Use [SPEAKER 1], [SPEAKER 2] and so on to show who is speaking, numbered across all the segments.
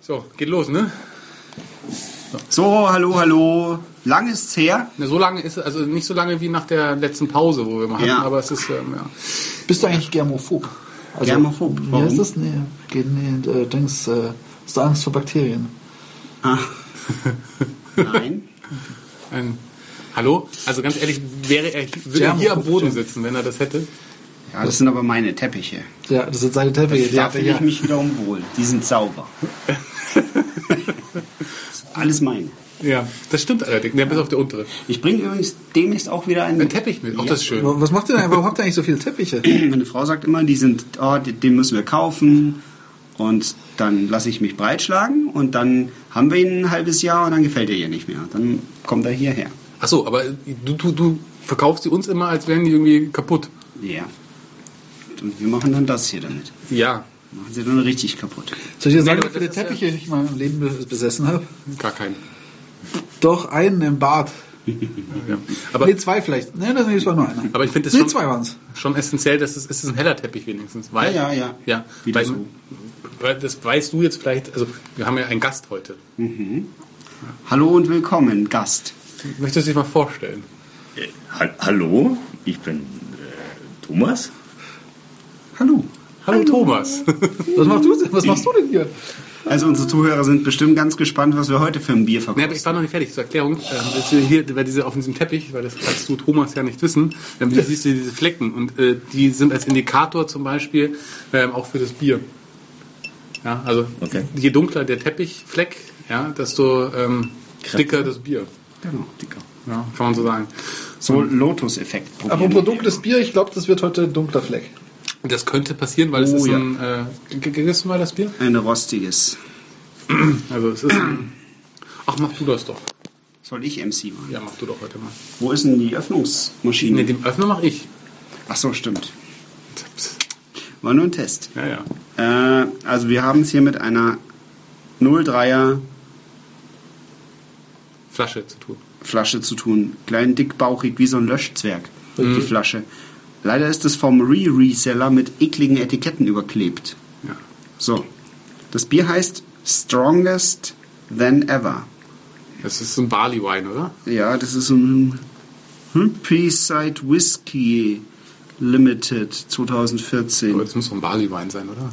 [SPEAKER 1] So, geht los, ne?
[SPEAKER 2] So, hallo, hallo. Lang ist's her.
[SPEAKER 1] Ne, So lange ist es, also nicht so lange wie nach der letzten Pause, wo wir mal hatten,
[SPEAKER 2] Ja.
[SPEAKER 1] aber es ist, ähm, ja.
[SPEAKER 3] Bist du eigentlich germophob? Also,
[SPEAKER 2] Germophob, warum?
[SPEAKER 3] Warum? ist das? Nee, geht, nee äh, Dings, äh, hast du Angst vor Bakterien?
[SPEAKER 2] Ah. Nein.
[SPEAKER 1] Ein, hallo? Also ganz ehrlich, wäre er, würde er
[SPEAKER 3] Jam.
[SPEAKER 1] hier am Boden sitzen, wenn er das hätte.
[SPEAKER 2] Ja, das sind aber meine Teppiche.
[SPEAKER 3] Ja, das sind seine Teppiche. die
[SPEAKER 2] Da
[SPEAKER 3] hat er
[SPEAKER 2] fühle ich
[SPEAKER 3] hier.
[SPEAKER 2] mich wiederum wohl. Die sind sauber. Alles meine.
[SPEAKER 1] Ja, das stimmt allerdings. Ne, bis auf der untere.
[SPEAKER 2] Ich bringe übrigens demnächst auch wieder einen.
[SPEAKER 1] Ein Teppich mit, auch das ist schön.
[SPEAKER 3] Was macht ihr denn? Warum habt ihr eigentlich so viele Teppiche?
[SPEAKER 2] Meine Frau sagt immer, die sind, oh, die- den müssen wir kaufen. Und dann lasse ich mich breitschlagen und dann haben wir ihn ein halbes Jahr und dann gefällt er ihr nicht mehr. Dann kommt er hierher.
[SPEAKER 1] Ach so, aber du, du, du verkaufst sie uns immer, als wären die irgendwie kaputt.
[SPEAKER 2] Ja. Und wir machen dann das hier damit.
[SPEAKER 1] Ja,
[SPEAKER 2] Machen sie dann richtig kaputt.
[SPEAKER 3] Soll ich dir sagen,
[SPEAKER 1] Nee,
[SPEAKER 3] wie viele
[SPEAKER 1] das ist ja-
[SPEAKER 3] Teppiche ich in meinem Leben be- besessen habe?
[SPEAKER 1] gar keinen.
[SPEAKER 3] Doch, einen im Bad.
[SPEAKER 1] Ja. Aber,
[SPEAKER 3] nee, zwei vielleicht. Nee, das nee, war nur einer.
[SPEAKER 1] aber ich finde es
[SPEAKER 3] nee,
[SPEAKER 1] schon,
[SPEAKER 3] zwei waren's.
[SPEAKER 1] schon essentiell, dass es, es ist ein heller Teppich wenigstens. Weil,
[SPEAKER 2] Ja, ja, ja.
[SPEAKER 1] ja
[SPEAKER 2] Wieder
[SPEAKER 1] weil,
[SPEAKER 2] so.
[SPEAKER 1] weil das weißt du jetzt vielleicht, also wir haben ja einen Gast heute.
[SPEAKER 2] Hallo und willkommen, Gast.
[SPEAKER 1] Möchtest du dich mal vorstellen?
[SPEAKER 4] Äh, hal- hallo, ich bin äh, Thomas.
[SPEAKER 2] Hallo.
[SPEAKER 1] Hallo, Thomas.
[SPEAKER 3] Was machst du denn? Was machst du denn hier?
[SPEAKER 2] Also unsere Zuhörer sind bestimmt ganz gespannt, was wir heute für ein Bier
[SPEAKER 1] Nee,
[SPEAKER 2] verkosten.
[SPEAKER 1] aber ich war noch nicht fertig zur Erklärung. Ähm, dass wir hier bei dieser, auf diesem Teppich, weil das kannst du Thomas ja nicht wissen, ähm, hier siehst du diese Flecken und äh, die sind als Indikator zum Beispiel ähm, auch für das Bier. Ja, also
[SPEAKER 4] Okay.
[SPEAKER 1] je dunkler der Teppichfleck, ja, desto ähm, dicker das Bier.
[SPEAKER 2] genau, dicker.
[SPEAKER 1] Ja, kann man so sagen.
[SPEAKER 2] So Lotus-Effekt. probieren.
[SPEAKER 3] Apropos dunkles Bier, ich glaube, das wird heute dunkler Fleck.
[SPEAKER 1] Und Das könnte passieren, weil es
[SPEAKER 2] Oh,
[SPEAKER 1] ist
[SPEAKER 2] ja.
[SPEAKER 1] ein. Äh, ge- gegessen mal das Bier?
[SPEAKER 2] Ein rostiges.
[SPEAKER 1] Also es ist ein. Ach, mach du das doch.
[SPEAKER 2] Soll ich MC machen?
[SPEAKER 1] Ja, mach du doch heute mal.
[SPEAKER 2] Wo ist denn die Öffnungsmaschine?
[SPEAKER 1] Ne, den Öffner mache ich.
[SPEAKER 2] Ach so, stimmt. War nur ein Test.
[SPEAKER 1] Ja, ja.
[SPEAKER 2] Äh, also wir haben es hier mit einer 03er
[SPEAKER 1] Flasche zu tun.
[SPEAKER 2] Flasche zu tun. Klein, dickbauchig, wie so ein Löschzwerg. Die Flasche. Leider ist es vom Re-Reseller mit ekligen Etiketten überklebt.
[SPEAKER 1] Ja.
[SPEAKER 2] So. Das Bier heißt Strongest Than Ever.
[SPEAKER 1] Das ist so ein Barley Wine, oder?
[SPEAKER 2] Ja, das ist so ein Peaside Whiskey Limited 2014.
[SPEAKER 1] Aber das muss doch ein Barley-Wein sein, oder?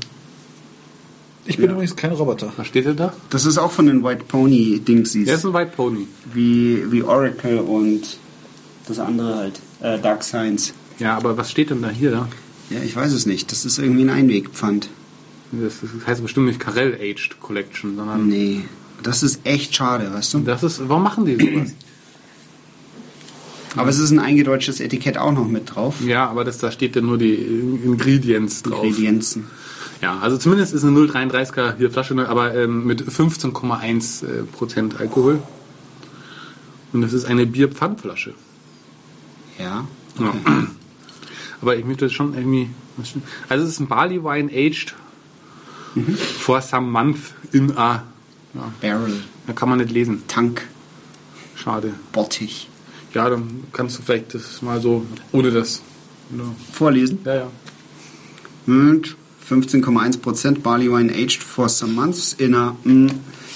[SPEAKER 3] Ich bin übrigens kein Roboter.
[SPEAKER 1] Was steht denn da?
[SPEAKER 2] Das ist auch von den White Pony Dingsies.
[SPEAKER 1] Der ist ein White Pony.
[SPEAKER 2] Wie, wie Oracle und das andere halt. Äh, Dark Science.
[SPEAKER 1] Ja, aber was steht denn da hier? Da?
[SPEAKER 2] Ja, ich weiß es nicht. Das ist irgendwie ein Einwegpfand.
[SPEAKER 1] Das ist- das heißt bestimmt nicht Carell Aged Collection, sondern.
[SPEAKER 2] Nee. Das ist echt schade, weißt du?
[SPEAKER 1] Das ist. Warum machen die sowas?
[SPEAKER 2] Aber es ist ein eingedeutschtes Etikett auch noch mit drauf.
[SPEAKER 1] ja, aber das, da steht ja nur die Ingredients drauf.
[SPEAKER 2] Ingredienzen.
[SPEAKER 1] Ja, also zumindest ist eine 0,33er hier Flasche, ne, aber ähm, mit 15,1 äh, Prozent Alkohol. Und das ist eine Bierpfandflasche.
[SPEAKER 2] Ja.
[SPEAKER 1] Ja. Aber ich möchte schon irgendwie. Also es ist ein Barley Wine aged Mhm. for some month in a. Ja,
[SPEAKER 2] Barrel.
[SPEAKER 1] da kann man nicht lesen.
[SPEAKER 2] Tank.
[SPEAKER 1] Schade.
[SPEAKER 2] Bottich.
[SPEAKER 1] Ja, dann kannst du vielleicht das mal so ohne das. ne.
[SPEAKER 2] Vorlesen.
[SPEAKER 1] Ja, ja.
[SPEAKER 2] Und 15,1% Barley Wine aged for some months in a mm,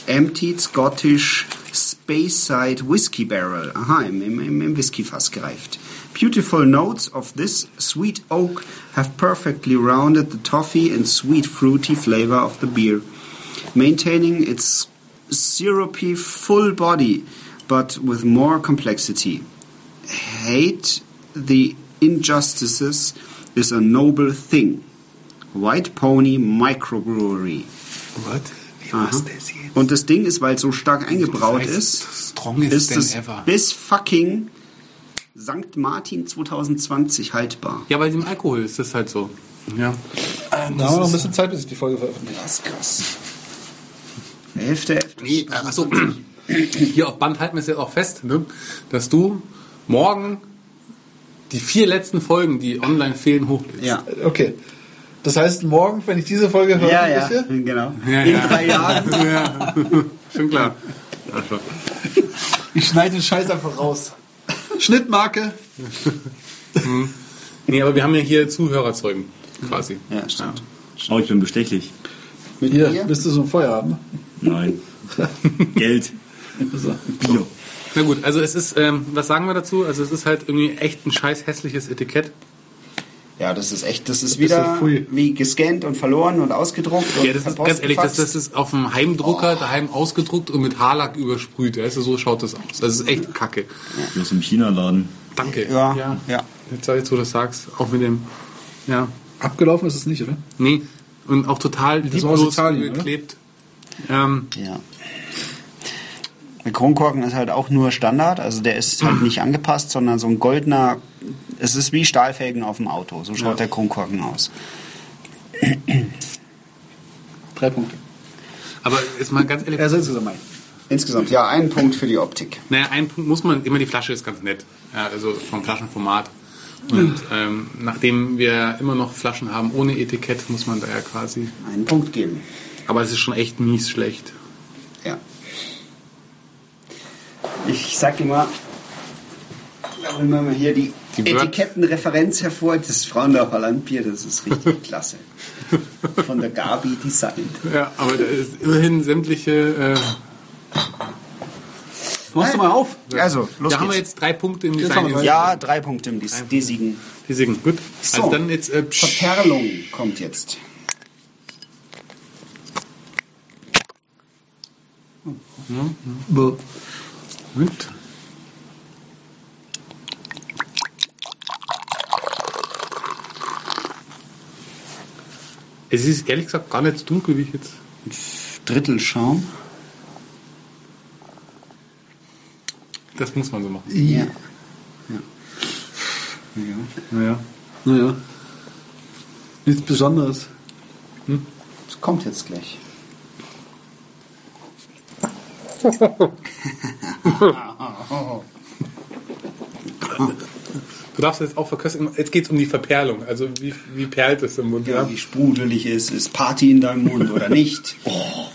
[SPEAKER 2] emptied Scottish Speyside Whiskey Barrel. Aha, im, im, im, im Whiskyfass gereift. Beautiful notes of this sweet oak have perfectly rounded the toffee and sweet fruity flavor of the beer, maintaining its syrupy full body but with more complexity hate the injustices is a noble thing. White Pony Microbrewery.
[SPEAKER 1] What?
[SPEAKER 2] Aha. Und das Ding ist, weil es so stark eingebraut
[SPEAKER 1] heißt
[SPEAKER 2] ist,
[SPEAKER 1] strongest
[SPEAKER 2] ist
[SPEAKER 1] than
[SPEAKER 2] es
[SPEAKER 1] ever.
[SPEAKER 2] bis fucking St. Martin 2020 haltbar.
[SPEAKER 1] Ja, bei dem Alkohol ist das halt so. Ja.
[SPEAKER 3] Da haben wir noch ein bisschen Zeit, bis ich die Folge veröffentliche.
[SPEAKER 2] Das ist krass. Hälfte, Hälfte.
[SPEAKER 1] Nee, äh, achso. Hier auf Band halten wir es jetzt auch fest, ne? dass du morgen die vier letzten Folgen, die online fehlen, hochlädst.
[SPEAKER 2] Ja.
[SPEAKER 3] Okay. Das heißt, morgen, wenn ich diese Folge
[SPEAKER 2] Ja, ja,
[SPEAKER 3] veröffentliche,
[SPEAKER 2] genau.
[SPEAKER 1] Ja,
[SPEAKER 2] In
[SPEAKER 1] ja.
[SPEAKER 2] drei Jahren.
[SPEAKER 1] Ja. Schon klar. Arschloch.
[SPEAKER 3] ich schneide den Scheiß einfach raus. Schnittmarke.
[SPEAKER 1] Nee, aber wir haben ja hier Zuhörerzeugen quasi.
[SPEAKER 2] Ja, stimmt.
[SPEAKER 4] Oh, ich bin bestechlich.
[SPEAKER 3] Hier, bist du so ein Feuer haben?
[SPEAKER 4] Nein. Geld. Also. Bier.
[SPEAKER 1] Na gut, also es ist, ähm, was sagen wir dazu? Also es ist halt irgendwie echt ein scheiß hässliches Etikett.
[SPEAKER 2] Ja, das ist echt, das ist
[SPEAKER 3] ist
[SPEAKER 2] wieder
[SPEAKER 3] so pfui.
[SPEAKER 2] wie gescannt und verloren und ausgedruckt und
[SPEAKER 1] Ja, das
[SPEAKER 2] per
[SPEAKER 1] ist
[SPEAKER 2] Post
[SPEAKER 1] ganz ehrlich, das, das
[SPEAKER 2] gefaxt.
[SPEAKER 1] ist auf dem
[SPEAKER 2] Oh.
[SPEAKER 1] Heimdrucker daheim ausgedruckt und mit Haarlack übersprüht. Also so schaut das aus. Das ist echt kacke.
[SPEAKER 4] Bloß im China-Laden.
[SPEAKER 1] Danke.
[SPEAKER 2] Ja, ja.
[SPEAKER 1] Jetzt sag ich, wo du das sagst, auch mit dem, ja,
[SPEAKER 3] Abgelaufen ist es nicht, oder?
[SPEAKER 1] nee. Und auch total
[SPEAKER 3] war aus
[SPEAKER 1] lieblos
[SPEAKER 3] Italien, oder?
[SPEAKER 1] geklebt. Ähm,
[SPEAKER 2] Ja. Der Kronkorken ist halt auch nur Standard, also der ist halt nicht angepasst, sondern so ein goldener. Es ist wie Stahlfelgen auf dem Auto. So schaut der Kronkorken aus.
[SPEAKER 3] Drei Punkte.
[SPEAKER 1] aber jetzt mal ganz ehrlich,
[SPEAKER 3] Also insgesamt mein.
[SPEAKER 2] Insgesamt, ja, ein Punkt für die Optik.
[SPEAKER 1] Naja, einen Punkt muss man, immer die Flasche ist ganz nett. Ja, also vom Flaschenformat. Und ähm, nachdem wir immer noch Flaschen haben ohne Etikett, muss man da ja quasi.
[SPEAKER 2] Einen Punkt geben.
[SPEAKER 1] Aber es ist schon echt mies schlecht.
[SPEAKER 2] Ja. Ich sag immer, da holen wir mal hier die,
[SPEAKER 1] Die Word-
[SPEAKER 2] Etikettenreferenz hervor. Das Frauendorfer Landbier, das ist richtig klasse. Von der Gabi Design.
[SPEAKER 1] Ja, aber da ist immerhin sämtliche. Äh,
[SPEAKER 3] Machst du mal auf.
[SPEAKER 2] Also, los
[SPEAKER 1] da haben wir
[SPEAKER 2] geht's.
[SPEAKER 1] jetzt drei Punkte im
[SPEAKER 3] haben wir
[SPEAKER 1] Design.
[SPEAKER 3] drei.
[SPEAKER 2] Ja, drei Punkte im Dis- diesigen.
[SPEAKER 1] Die singen. Gut.
[SPEAKER 2] So.
[SPEAKER 1] Also dann jetzt. Äh, psch,
[SPEAKER 2] Verperlung kommt jetzt.
[SPEAKER 1] Moment. Es ist ehrlich gesagt gar nicht so dunkel, wie ich jetzt.
[SPEAKER 2] Drittel Schaum.
[SPEAKER 1] Das muss man so machen.
[SPEAKER 2] Ja.
[SPEAKER 1] Naja.
[SPEAKER 3] Naja. Nichts Besonderes.
[SPEAKER 2] Das kommt jetzt gleich.
[SPEAKER 1] Du darfst jetzt auch verköstigen. Jetzt geht es um die Verperlung. Also wie, wie perlt es im Mund?
[SPEAKER 2] Ja, wie sprudelig es ist. Party in deinem Mund oder nicht? Oh.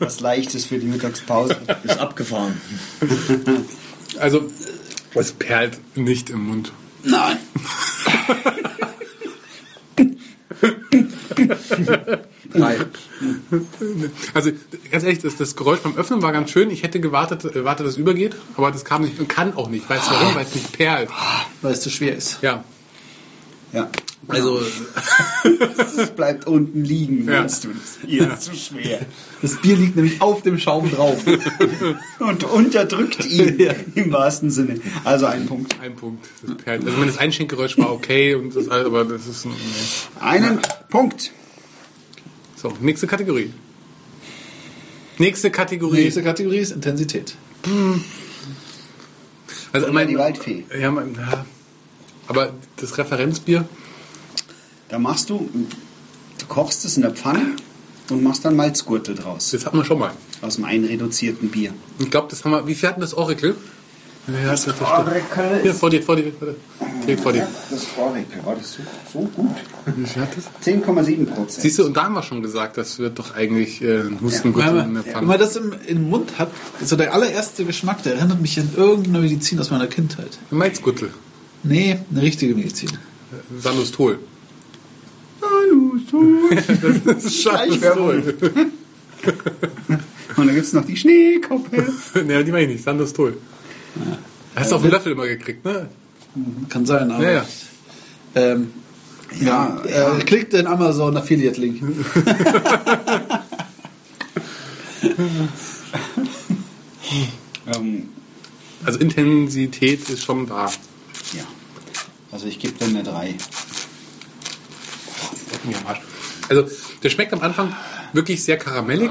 [SPEAKER 2] Was leichtes für die Mittagspause.
[SPEAKER 4] Ist abgefahren.
[SPEAKER 1] Also es perlt nicht im Mund.
[SPEAKER 2] Nein.
[SPEAKER 3] Drei.
[SPEAKER 1] Also ganz ehrlich, das, das Geräusch beim Öffnen war ganz schön. Ich hätte gewartet, äh, warte, dass es übergeht, aber das kam nicht und kann auch nicht. Weißt du warum? Weil es nicht perlt.
[SPEAKER 3] Weil es zu schwer ist.
[SPEAKER 1] Ja.
[SPEAKER 2] Ja.
[SPEAKER 1] Also
[SPEAKER 2] Es bleibt unten liegen,
[SPEAKER 1] Ja.
[SPEAKER 2] meinst du das? Ihr ist zu schwer.
[SPEAKER 3] Das Bier liegt nämlich auf dem Schaum drauf.
[SPEAKER 2] Und unterdrückt ihn
[SPEAKER 3] Ja.
[SPEAKER 2] im wahrsten Sinne. Also ein Punkt.
[SPEAKER 1] ein Punkt. Das perlt. Also mein das Einschenkgeräusch war okay und das, alles, aber das ist nee.
[SPEAKER 2] Einen Punkt.
[SPEAKER 1] so nächste Kategorie. Nächste Kategorie.
[SPEAKER 3] Nächste Kategorie ist Intensität.
[SPEAKER 1] also
[SPEAKER 2] die Waldfee.
[SPEAKER 1] Ja, mein, ja. aber das Referenzbier.
[SPEAKER 2] Da machst du, du kochst es in der Pfanne und machst dann Malzgurte draus.
[SPEAKER 1] Das hatten wir schon mal.
[SPEAKER 2] Aus dem einreduzierten Bier.
[SPEAKER 1] Ich glaube, das haben wir. Wie viel hatten das Oracle? Ja, das das
[SPEAKER 2] Oracle
[SPEAKER 1] Hier, vor dir, vor dir, vor dir. Direkt vor dir.
[SPEAKER 2] Das Oracle war das so, so gut.
[SPEAKER 1] Wie viel hat das?
[SPEAKER 2] 10,7 Prozent.
[SPEAKER 1] Siehst du, und da haben wir schon gesagt, das wird doch eigentlich äh, ein Hustengurt in der
[SPEAKER 3] Wenn man
[SPEAKER 1] Pfanne.
[SPEAKER 3] das im, im Mund hat, so der allererste Geschmack, der erinnert mich an irgendeine Medizin aus meiner Kindheit.
[SPEAKER 1] Ein Malzgürtel.
[SPEAKER 3] Nee, eine richtige Medizin.
[SPEAKER 1] Salustol. Das ist
[SPEAKER 2] Schleichwerbung.
[SPEAKER 1] Salustol.
[SPEAKER 2] Und dann gibt es noch die Schneekoppe.
[SPEAKER 1] ne, die meine ich nicht. Salustol. Hast du auf den Löffel immer gekriegt, ne?
[SPEAKER 3] Kann sein, aber.
[SPEAKER 1] Ja, ja.
[SPEAKER 3] Ähm, ja,
[SPEAKER 2] Ja, ja.
[SPEAKER 3] Äh, klickt den Amazon Affiliate Link.
[SPEAKER 2] ähm,
[SPEAKER 1] Also Intensität ist schon da.
[SPEAKER 2] ja. Also ich gebe dann eine 3.
[SPEAKER 1] Leck mich am Arsch. Also, der schmeckt am Anfang wirklich sehr karamellig.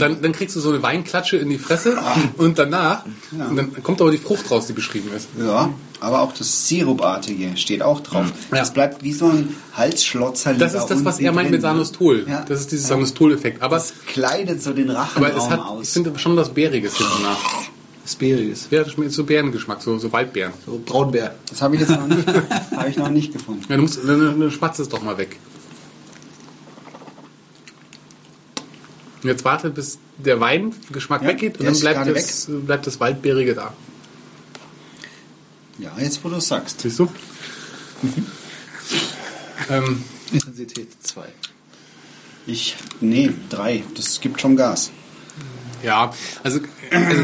[SPEAKER 1] Dann, dann kriegst du so eine Weinklatsche in die Fresse und danach, und dann kommt aber die Frucht raus, die beschrieben ist.
[SPEAKER 2] Ja, aber auch das Sirupartige steht auch drauf.
[SPEAKER 1] Mhm. Ja.
[SPEAKER 2] Das bleibt wie so ein Halsschlotzer.
[SPEAKER 1] Das ist das, was er meint mit Sanustol.
[SPEAKER 2] Ja.
[SPEAKER 1] Das ist dieses Sanustol-Effekt. Aber,
[SPEAKER 2] Kleidet so den
[SPEAKER 1] aber es
[SPEAKER 2] Rachenraum
[SPEAKER 1] hat, ich
[SPEAKER 2] aus.
[SPEAKER 1] finde schon was Bäriges hier danach.
[SPEAKER 3] Asperius.
[SPEAKER 1] Ja, das schmeckt so Bärengeschmack, so, so Waldbeeren.
[SPEAKER 3] So Braunbär.
[SPEAKER 2] Das habe ich jetzt noch nicht, habe ich noch nicht gefunden.
[SPEAKER 1] Ja, du musst, dann, dann spatzt es doch mal weg. Und Jetzt warte, bis der Weingeschmack
[SPEAKER 2] Ja,
[SPEAKER 1] weggeht und
[SPEAKER 2] der
[SPEAKER 1] dann
[SPEAKER 2] ist
[SPEAKER 1] bleibt
[SPEAKER 2] gerade
[SPEAKER 1] das, bleibt das Waldbeerige da.
[SPEAKER 2] Ja, jetzt wo du es sagst.
[SPEAKER 1] Siehst du? ähm,
[SPEAKER 3] Intensität 2.
[SPEAKER 2] Ich, nee, drei. Das gibt schon Gas.
[SPEAKER 1] Ja, also, also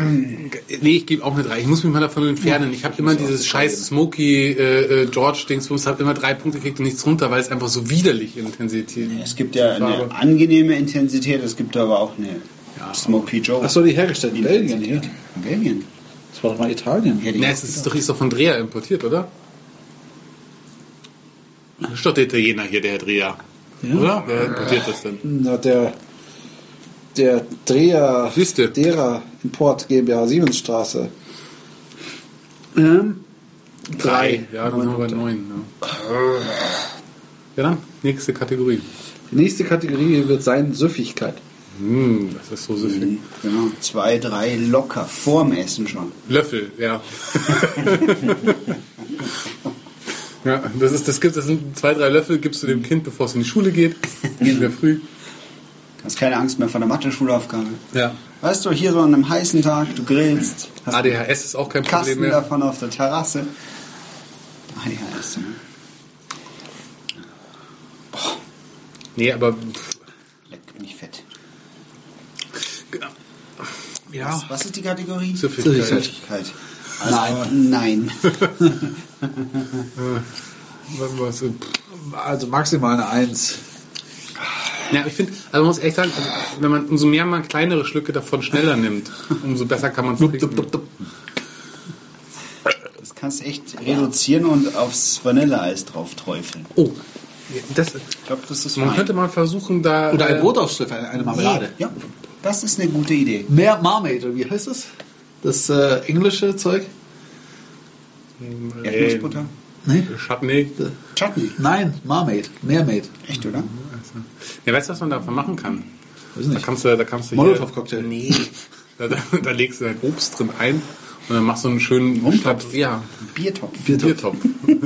[SPEAKER 1] nee, ich gebe auch eine 3. Ich muss mich mal davon entfernen. Ich habe immer dieses scheiß Smoky äh, äh, George Dings, wo es halt immer drei Punkte kriegt und nichts runter, weil es einfach so widerlich Intensität
[SPEAKER 2] Es gibt ja eine
[SPEAKER 1] Farbe.
[SPEAKER 2] angenehme Intensität, es gibt aber auch eine Smoky Joe.
[SPEAKER 3] Achso, die hergestellt in Belgien hier.
[SPEAKER 2] In Belgien.
[SPEAKER 3] Das war doch mal Italien.
[SPEAKER 2] Ja, die-
[SPEAKER 1] Na, es ist doch, ist doch von Dreher importiert, oder? Das ist doch der Italiener hier, der Herr Dreher. Oder? Wer importiert das denn?
[SPEAKER 3] Na, der, der Dreher,
[SPEAKER 1] Siehste.
[SPEAKER 3] derer Import GmbH Siemensstraße. Ähm, drei.
[SPEAKER 1] Ja, dann sind wir bei neun. Ja, ja dann, nächste Kategorie.
[SPEAKER 3] Die nächste Kategorie wird sein Süffigkeit.
[SPEAKER 1] Hm, das ist so süffig.
[SPEAKER 2] Genau, zwei, drei locker, vorm Essen schon.
[SPEAKER 1] Löffel, ja. ja, das ist, das gibt, das sind zwei, drei Löffel, gibst du dem Kind, bevor es in die Schule geht, in der Früh.
[SPEAKER 2] Hast keine Angst mehr vor der Mathe-Schulaufgabe.
[SPEAKER 1] Ja.
[SPEAKER 2] Weißt du, hier so an einem heißen Tag, du grillst, hast einen
[SPEAKER 1] ADHS ist auch kein
[SPEAKER 2] Kasten
[SPEAKER 1] Problem mehr.
[SPEAKER 2] davon auf der Terrasse. ADHS, ne?
[SPEAKER 1] Nee, aber pff,
[SPEAKER 2] Leck mich fett.
[SPEAKER 1] ja,
[SPEAKER 2] Was ist die Kategorie?
[SPEAKER 1] Genau. Süffigkeit.
[SPEAKER 2] Süffigkeit. Also, nein. Nein.
[SPEAKER 1] Was- was- pff.
[SPEAKER 3] Also maximal eine Eins.
[SPEAKER 1] Ja, ich finde, also man muss echt sagen, also, wenn man umso mehr man kleinere Schlücke davon schneller nimmt, umso besser kann man es trinken.
[SPEAKER 2] Das kannst echt reduzieren und aufs Vanilleeis drauf träufeln.
[SPEAKER 1] Oh, das,
[SPEAKER 2] Ich glaube, das ist
[SPEAKER 1] man
[SPEAKER 2] fein.
[SPEAKER 1] könnte mal versuchen, da.
[SPEAKER 3] Oder ein
[SPEAKER 1] äh,
[SPEAKER 3] Brot aufschliffen, eine, eine Marmelade.
[SPEAKER 2] Ja, das ist eine gute Idee.
[SPEAKER 3] Mehr Marmaid, oder wie heißt das? Das äh, englische Zeug?
[SPEAKER 1] Äh.
[SPEAKER 2] Erdnussbutter.
[SPEAKER 3] Nee.
[SPEAKER 1] Chutney.
[SPEAKER 2] Chutney.
[SPEAKER 3] Nein, Marmaid. Meermaid.
[SPEAKER 2] Echt, oder?
[SPEAKER 1] Ja, weißt du, was man davon machen kann?
[SPEAKER 3] Weiß
[SPEAKER 1] Da
[SPEAKER 3] nicht.
[SPEAKER 1] kannst du, da kannst du hier-
[SPEAKER 3] Molotow-Cocktail.
[SPEAKER 1] Nee. Da, da, da legst du deinen Obst drin ein und dann machst du einen schönen Umschlag. Ja,
[SPEAKER 2] Biertopf.
[SPEAKER 1] Biertopf.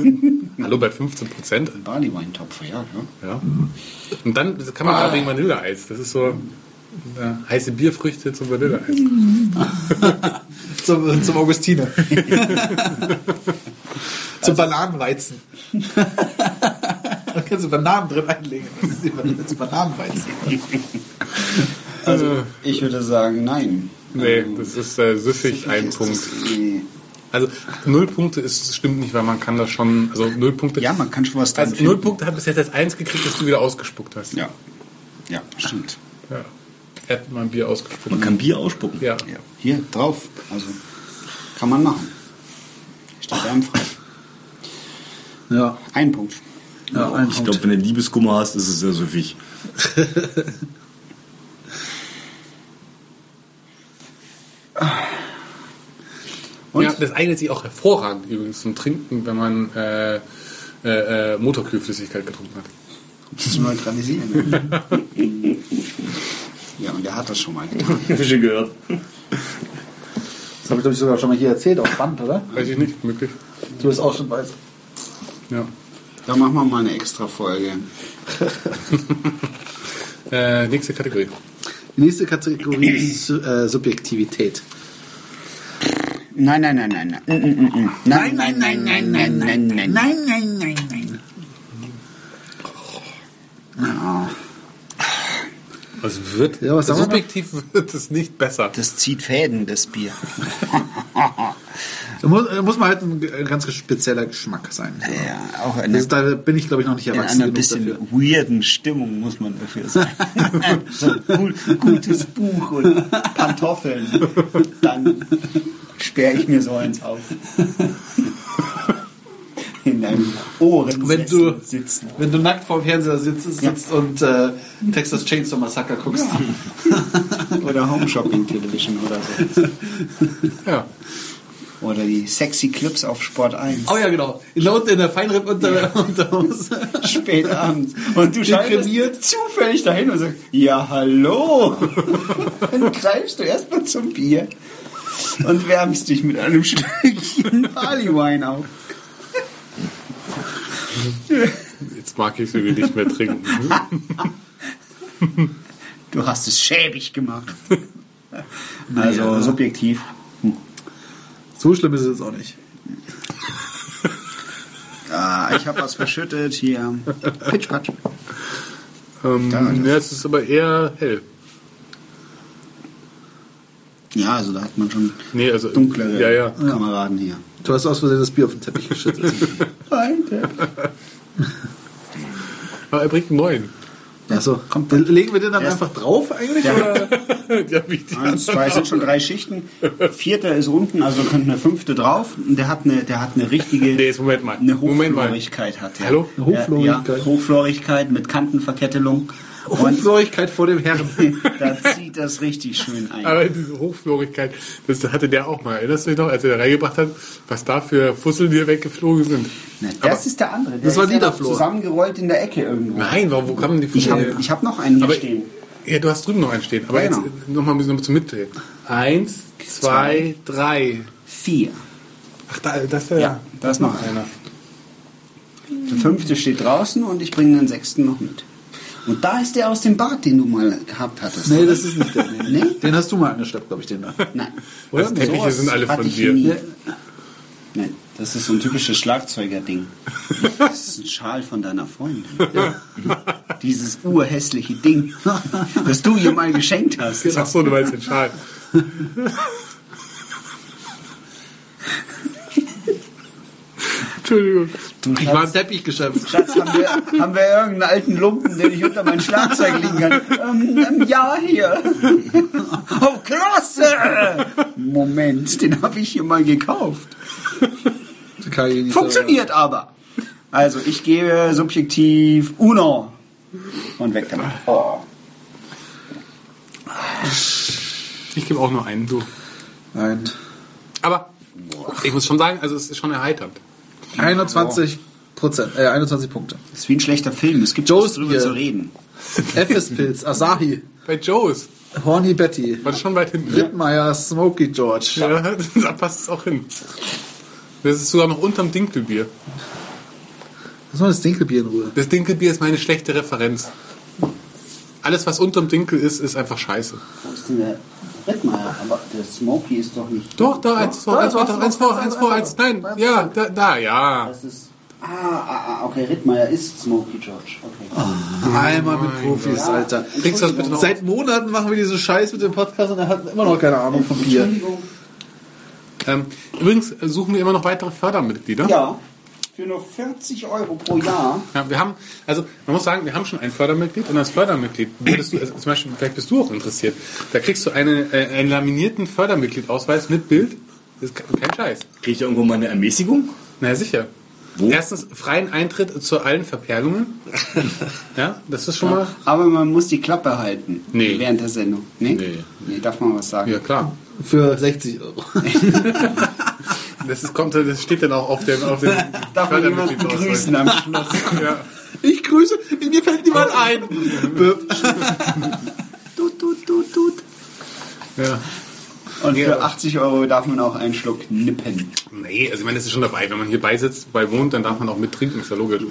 [SPEAKER 1] Hallo, bei 15 Prozent.
[SPEAKER 2] Barleyweintopf, ja, ne? ja.
[SPEAKER 1] Ja. Und dann kann man ah. wegen Vanilleeis. Das ist so äh, heiße Bierfrüchte zum Vanilleeis.
[SPEAKER 3] Zum, zum Augustiner. zum Bananenweizen. da kannst du Bananen drin einlegen. Zum Bananenweizen.
[SPEAKER 1] Äh,
[SPEAKER 2] Also, ich würde sagen, nein.
[SPEAKER 1] Nee, das ist äh, süffig, ein
[SPEAKER 2] Ist
[SPEAKER 1] Punkt.
[SPEAKER 2] das- äh, nee.
[SPEAKER 1] Also null Punkte ist, stimmt nicht, weil man kann das schon. Also null Punkte.
[SPEAKER 2] Ja, man kann schon was dran
[SPEAKER 1] also null
[SPEAKER 2] finden.
[SPEAKER 1] Punkte hat bis jetzt als eins gekriegt, das du wieder ausgespuckt hast.
[SPEAKER 2] Ja. Ja, stimmt.
[SPEAKER 1] ja. Er hat mal ein Bier ausgespuckt.
[SPEAKER 4] Man kann Bier ausspucken.
[SPEAKER 1] Ja.
[SPEAKER 2] Ja. Hier drauf. Also, kann man machen. Steht einem frei.
[SPEAKER 3] Ja,
[SPEAKER 2] Ein Punkt.
[SPEAKER 3] ja ein
[SPEAKER 4] Ich
[SPEAKER 3] Punkt.
[SPEAKER 4] glaube, wenn du Liebeskummer hast, ist es sehr süffig.
[SPEAKER 2] Und?
[SPEAKER 1] Ja, das eignet sich auch hervorragend übrigens zum Trinken, wenn man äh, äh, äh, Motorkühlflüssigkeit getrunken hat.
[SPEAKER 2] Zu neutralisieren. ne? ja, und der hat das schon mal getan.
[SPEAKER 4] Hab ich schon gehört.
[SPEAKER 3] Das habe ich, glaube ich, sogar schon mal hier erzählt, auf Band, oder?
[SPEAKER 1] Weiß ich nicht, möglich.
[SPEAKER 3] Du bist auch schon bei.
[SPEAKER 1] Ja.
[SPEAKER 2] Da machen wir mal eine extra Folge.
[SPEAKER 1] Äh, nächste Kategorie.
[SPEAKER 3] Die nächste Kategorie ist äh, Subjektivität.
[SPEAKER 2] Nein, nein, nein, nein, nein. Mm, mm, mm, mm. Nein, nein, nein, nein, nein, nein, nein, nein.
[SPEAKER 3] Nein, nein, nein, nein.
[SPEAKER 1] Was wird?
[SPEAKER 3] Ja, was sagen wir
[SPEAKER 1] subjektiv wird es nicht besser.
[SPEAKER 2] Das zieht Fäden, das Bier.
[SPEAKER 3] Da muss, da muss man halt ein, ein ganz spezieller Geschmack sein.
[SPEAKER 2] ja, auch
[SPEAKER 3] Das
[SPEAKER 2] eine,
[SPEAKER 3] ist, da bin ich, glaube ich, noch nicht
[SPEAKER 2] in
[SPEAKER 3] erwachsen
[SPEAKER 2] einer
[SPEAKER 3] genug
[SPEAKER 2] bisschen
[SPEAKER 3] dafür.
[SPEAKER 2] weirden Stimmung muss man dafür sein. so ein gu- gutes Buch und Pantoffeln. Dann sperre ich mir so eins auf. In deinem Ohren
[SPEAKER 3] Wenn du-
[SPEAKER 2] sitzen.
[SPEAKER 3] Wenn du nackt vorm Fernseher sitzt, sitzt und äh, Texas Chainsaw Massacre guckst.
[SPEAKER 2] Oder Home Shopping Television oder so.
[SPEAKER 1] Ja.
[SPEAKER 2] Oder die sexy Clips auf Sport 1.
[SPEAKER 3] Oh ja, genau. Laut in der Feinripp unter, Unterhose.
[SPEAKER 2] Spät abends. Und du
[SPEAKER 3] Deprimiert.
[SPEAKER 2] schaltest zufällig dahin und sagst, ja, hallo. Dann greifst du erstmal zum Bier und wärmst dich mit einem Stückchen Barleywein auf.
[SPEAKER 1] Jetzt mag ich es irgendwie nicht mehr trinken.
[SPEAKER 2] Du hast es schäbig gemacht. Also subjektiv.
[SPEAKER 3] So schlimm ist es auch nicht.
[SPEAKER 2] Ah, ich habe was verschüttet hier. Pitsch, patsch.
[SPEAKER 1] Ähm,
[SPEAKER 2] Da, das-
[SPEAKER 1] ja, es ist aber eher hell.
[SPEAKER 2] Ja, also da hat man schon
[SPEAKER 1] Nee, also
[SPEAKER 2] dunklere
[SPEAKER 1] Ja, ja.
[SPEAKER 2] Kameraden hier.
[SPEAKER 5] Du hast aus Versehen das Bier auf den Teppich geschüttet.
[SPEAKER 2] Alter.
[SPEAKER 1] Aber Ah, er bringt einen neuen.
[SPEAKER 5] Achso,
[SPEAKER 2] Kommt
[SPEAKER 5] Dann legen wir den dann
[SPEAKER 2] Der ist-
[SPEAKER 5] einfach drauf eigentlich?
[SPEAKER 2] Ja.
[SPEAKER 5] Oder?
[SPEAKER 1] ja, wie die
[SPEAKER 2] Eins, zwei sind schon drei Schichten. Vierter ist unten, also kommt eine fünfte drauf. Und der hat eine, der hat eine richtige,
[SPEAKER 1] Nee, jetzt Moment mal.
[SPEAKER 2] eine
[SPEAKER 1] Moment mal.
[SPEAKER 2] Hochflorigkeit hat der.
[SPEAKER 1] Hallo?
[SPEAKER 5] Eine Hochflorigkeit.
[SPEAKER 2] Ja, ja, Hochflorigkeit mit Kantenverkettelung.
[SPEAKER 5] genau.
[SPEAKER 2] Und
[SPEAKER 5] Unflorigkeit vor dem Herrn.
[SPEAKER 2] da zieht das richtig schön ein.
[SPEAKER 1] Aber diese Hochflorigkeit, das hatte der auch mal. Erinnerst du dich noch, als er da reingebracht hat, was da für Fussel hier weggeflogen sind?
[SPEAKER 2] Na, das ist der andere. Der
[SPEAKER 5] Das war
[SPEAKER 2] ist ja noch
[SPEAKER 5] Niederflor.
[SPEAKER 2] Zusammengerollt in der Ecke irgendwo.
[SPEAKER 1] Nein, warum, wo kamen die
[SPEAKER 2] Ich
[SPEAKER 1] Fussel
[SPEAKER 2] habe
[SPEAKER 1] her?
[SPEAKER 2] ich hab noch einen hier
[SPEAKER 1] Aber-
[SPEAKER 2] stehen.
[SPEAKER 1] Ja, du hast drüben noch einen stehen. Aber
[SPEAKER 2] Ja,
[SPEAKER 1] jetzt
[SPEAKER 2] genau.
[SPEAKER 1] nochmal ein bisschen zum Mitdrehen. Eins, zwei, drei.
[SPEAKER 2] Vier.
[SPEAKER 1] Ach, da, das da.
[SPEAKER 2] Ja, da ist noch einer. Der fünfte steht draußen und ich bringe den sechsten noch mit. Und da ist der aus dem Bad, den du mal gehabt hattest.
[SPEAKER 5] Nee, das ist nicht der. Nee, nee.
[SPEAKER 2] Nee?
[SPEAKER 5] Den hast du mal angeschleppt, glaube ich, den da.
[SPEAKER 2] Nein.
[SPEAKER 1] Das Teppiche
[SPEAKER 2] Sowas
[SPEAKER 1] sind alle
[SPEAKER 2] hatte
[SPEAKER 1] von
[SPEAKER 2] ich
[SPEAKER 1] dir.
[SPEAKER 2] nie.
[SPEAKER 5] Ja.
[SPEAKER 2] Nein, das ist so ein typisches Schlagzeuger-Ding. Das ist ein Schal von deiner Freundin. Dieses urhässliche Ding, das du ihr mal geschenkt hast.
[SPEAKER 5] Genau.
[SPEAKER 1] Ach so, du meinst den Schal. Entschuldigung.
[SPEAKER 5] Ich war ein Teppichgeschäft.
[SPEAKER 2] Schatz, haben wir, haben wir irgendeinen alten Lumpen, den ich unter mein Schlagzeug legen kann? Ähm, ähm, ja, hier. Oh, klasse! Moment, den habe ich hier mal gekauft. Funktioniert aber. Also, ich gebe subjektiv Uno. Und weg damit. Oh.
[SPEAKER 1] Ich gebe auch nur einen, du.
[SPEAKER 5] Nein.
[SPEAKER 1] Aber ich muss schon sagen, also es ist schon erheiternd.
[SPEAKER 5] 21 Prozent, äh, 21 Punkte.
[SPEAKER 2] Das ist wie ein schlechter Film. Es gibt
[SPEAKER 5] Joe's
[SPEAKER 2] nichts drüber
[SPEAKER 5] Bier.
[SPEAKER 2] zu reden.
[SPEAKER 5] Ephes-Pilz, Asahi,
[SPEAKER 1] Bei Joe's
[SPEAKER 5] Horny Betty,
[SPEAKER 1] war das schon weit hinten.
[SPEAKER 5] Rittmeier, Smoky George.
[SPEAKER 1] Ja, da passt es auch hin. Das ist sogar noch unterm Dinkelbier.
[SPEAKER 5] Lass mal das Dinkelbier in Ruhe.
[SPEAKER 1] Das Dinkelbier ist meine schlechte Referenz. Alles, was unterm Dinkel ist, ist einfach scheiße.
[SPEAKER 2] Wo ist denn der Rittmeier? Aber der Smokey ist doch nicht.
[SPEAKER 1] Doch, da, eins vor,
[SPEAKER 5] da,
[SPEAKER 1] eins
[SPEAKER 5] du
[SPEAKER 1] vor,
[SPEAKER 5] hast
[SPEAKER 1] eins
[SPEAKER 5] noch-
[SPEAKER 1] vor,
[SPEAKER 5] hast
[SPEAKER 1] eins
[SPEAKER 5] noch-
[SPEAKER 1] vor,
[SPEAKER 5] hast
[SPEAKER 1] eins.
[SPEAKER 5] noch-
[SPEAKER 1] Nein,
[SPEAKER 5] hast
[SPEAKER 1] ja, da, da, ja.
[SPEAKER 2] Das ist. Ah, ah, ah, okay, Rittmeier ist Smokey George. Okay.
[SPEAKER 5] Einmal mit Profis, Alter.
[SPEAKER 1] Kriegst du das bitte noch?
[SPEAKER 5] Seit Monaten machen wir diesen Scheiß mit dem Podcast und er hat immer noch keine Ahnung von Bier.
[SPEAKER 1] Ähm, übrigens äh, suchen wir immer noch weitere Fördermitglieder.
[SPEAKER 2] Ja, für nur 40 Euro pro Jahr.
[SPEAKER 1] Ja, wir haben, also man muss sagen, wir haben schon ein Fördermitglied und als Fördermitglied würdest du, also zum Beispiel, vielleicht bist du auch interessiert, da kriegst du eine, äh, einen laminierten Fördermitgliedausweis mit Bild. Das ist ke- kein Scheiß.
[SPEAKER 4] Kriege ich da irgendwo meine Ermäßigung?
[SPEAKER 1] Na ja, sicher.
[SPEAKER 4] Wo?
[SPEAKER 1] Erstens freien Eintritt zu allen Verperlungen. ja, das ist schon mal.
[SPEAKER 2] Aber man muss die Klappe halten.
[SPEAKER 1] Nee.
[SPEAKER 2] Während der Sendung. Nee?
[SPEAKER 4] Nee.
[SPEAKER 2] Nee, darf man was sagen.
[SPEAKER 1] Ja, klar.
[SPEAKER 5] Für 60 Euro.
[SPEAKER 1] Das, ist, kommt, das steht dann auch auf dem, auf dem
[SPEAKER 2] Darf man jemanden
[SPEAKER 1] Fördermitgliedsausweis.
[SPEAKER 2] grüßen am Schluss?
[SPEAKER 1] Ja. Oh.
[SPEAKER 5] Ich grüße, mir fällt niemand ein. Böp.
[SPEAKER 2] tut, tut, tut, tut.
[SPEAKER 1] Ja.
[SPEAKER 2] Und
[SPEAKER 1] Ja.
[SPEAKER 2] für 80 Euro darf man auch einen Schluck nippen.
[SPEAKER 1] Nee, also ich meine, das ist schon dabei. Wenn man hier beisitzt, bei wohnt, dann darf man auch mittrinken, ist ja logisch.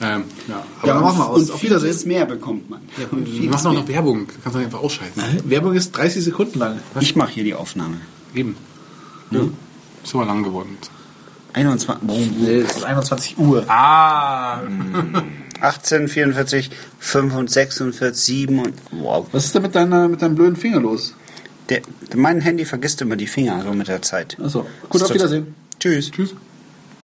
[SPEAKER 1] Ähm, ja, aber
[SPEAKER 5] Ja, machen wir aus.
[SPEAKER 2] Und
[SPEAKER 5] Auf
[SPEAKER 2] vieles
[SPEAKER 5] Wiedersehen.
[SPEAKER 2] mehr bekommt man. Und
[SPEAKER 1] wir
[SPEAKER 2] vieles
[SPEAKER 1] machen auch
[SPEAKER 2] mehr.
[SPEAKER 1] noch Werbung. Kannst du einfach ausschalten.
[SPEAKER 5] Werbung ist 30 Sekunden lang.
[SPEAKER 2] Ich mache hier die Aufnahme.
[SPEAKER 1] Eben. Ja. Ist aber lang geworden.
[SPEAKER 2] 21. Boom.
[SPEAKER 5] Nee, es ist 21 Uhr.
[SPEAKER 1] Ah!
[SPEAKER 2] 18, 44, 45, 46, 7 und. Wow.
[SPEAKER 5] Was ist denn mit, deiner, mit deinem blöden Finger los?
[SPEAKER 2] Der, mein Handy vergisst immer die Finger, so mit der Zeit.
[SPEAKER 5] Achso, gut, auf Wiedersehen.
[SPEAKER 2] Tschüss.
[SPEAKER 1] Tschüss.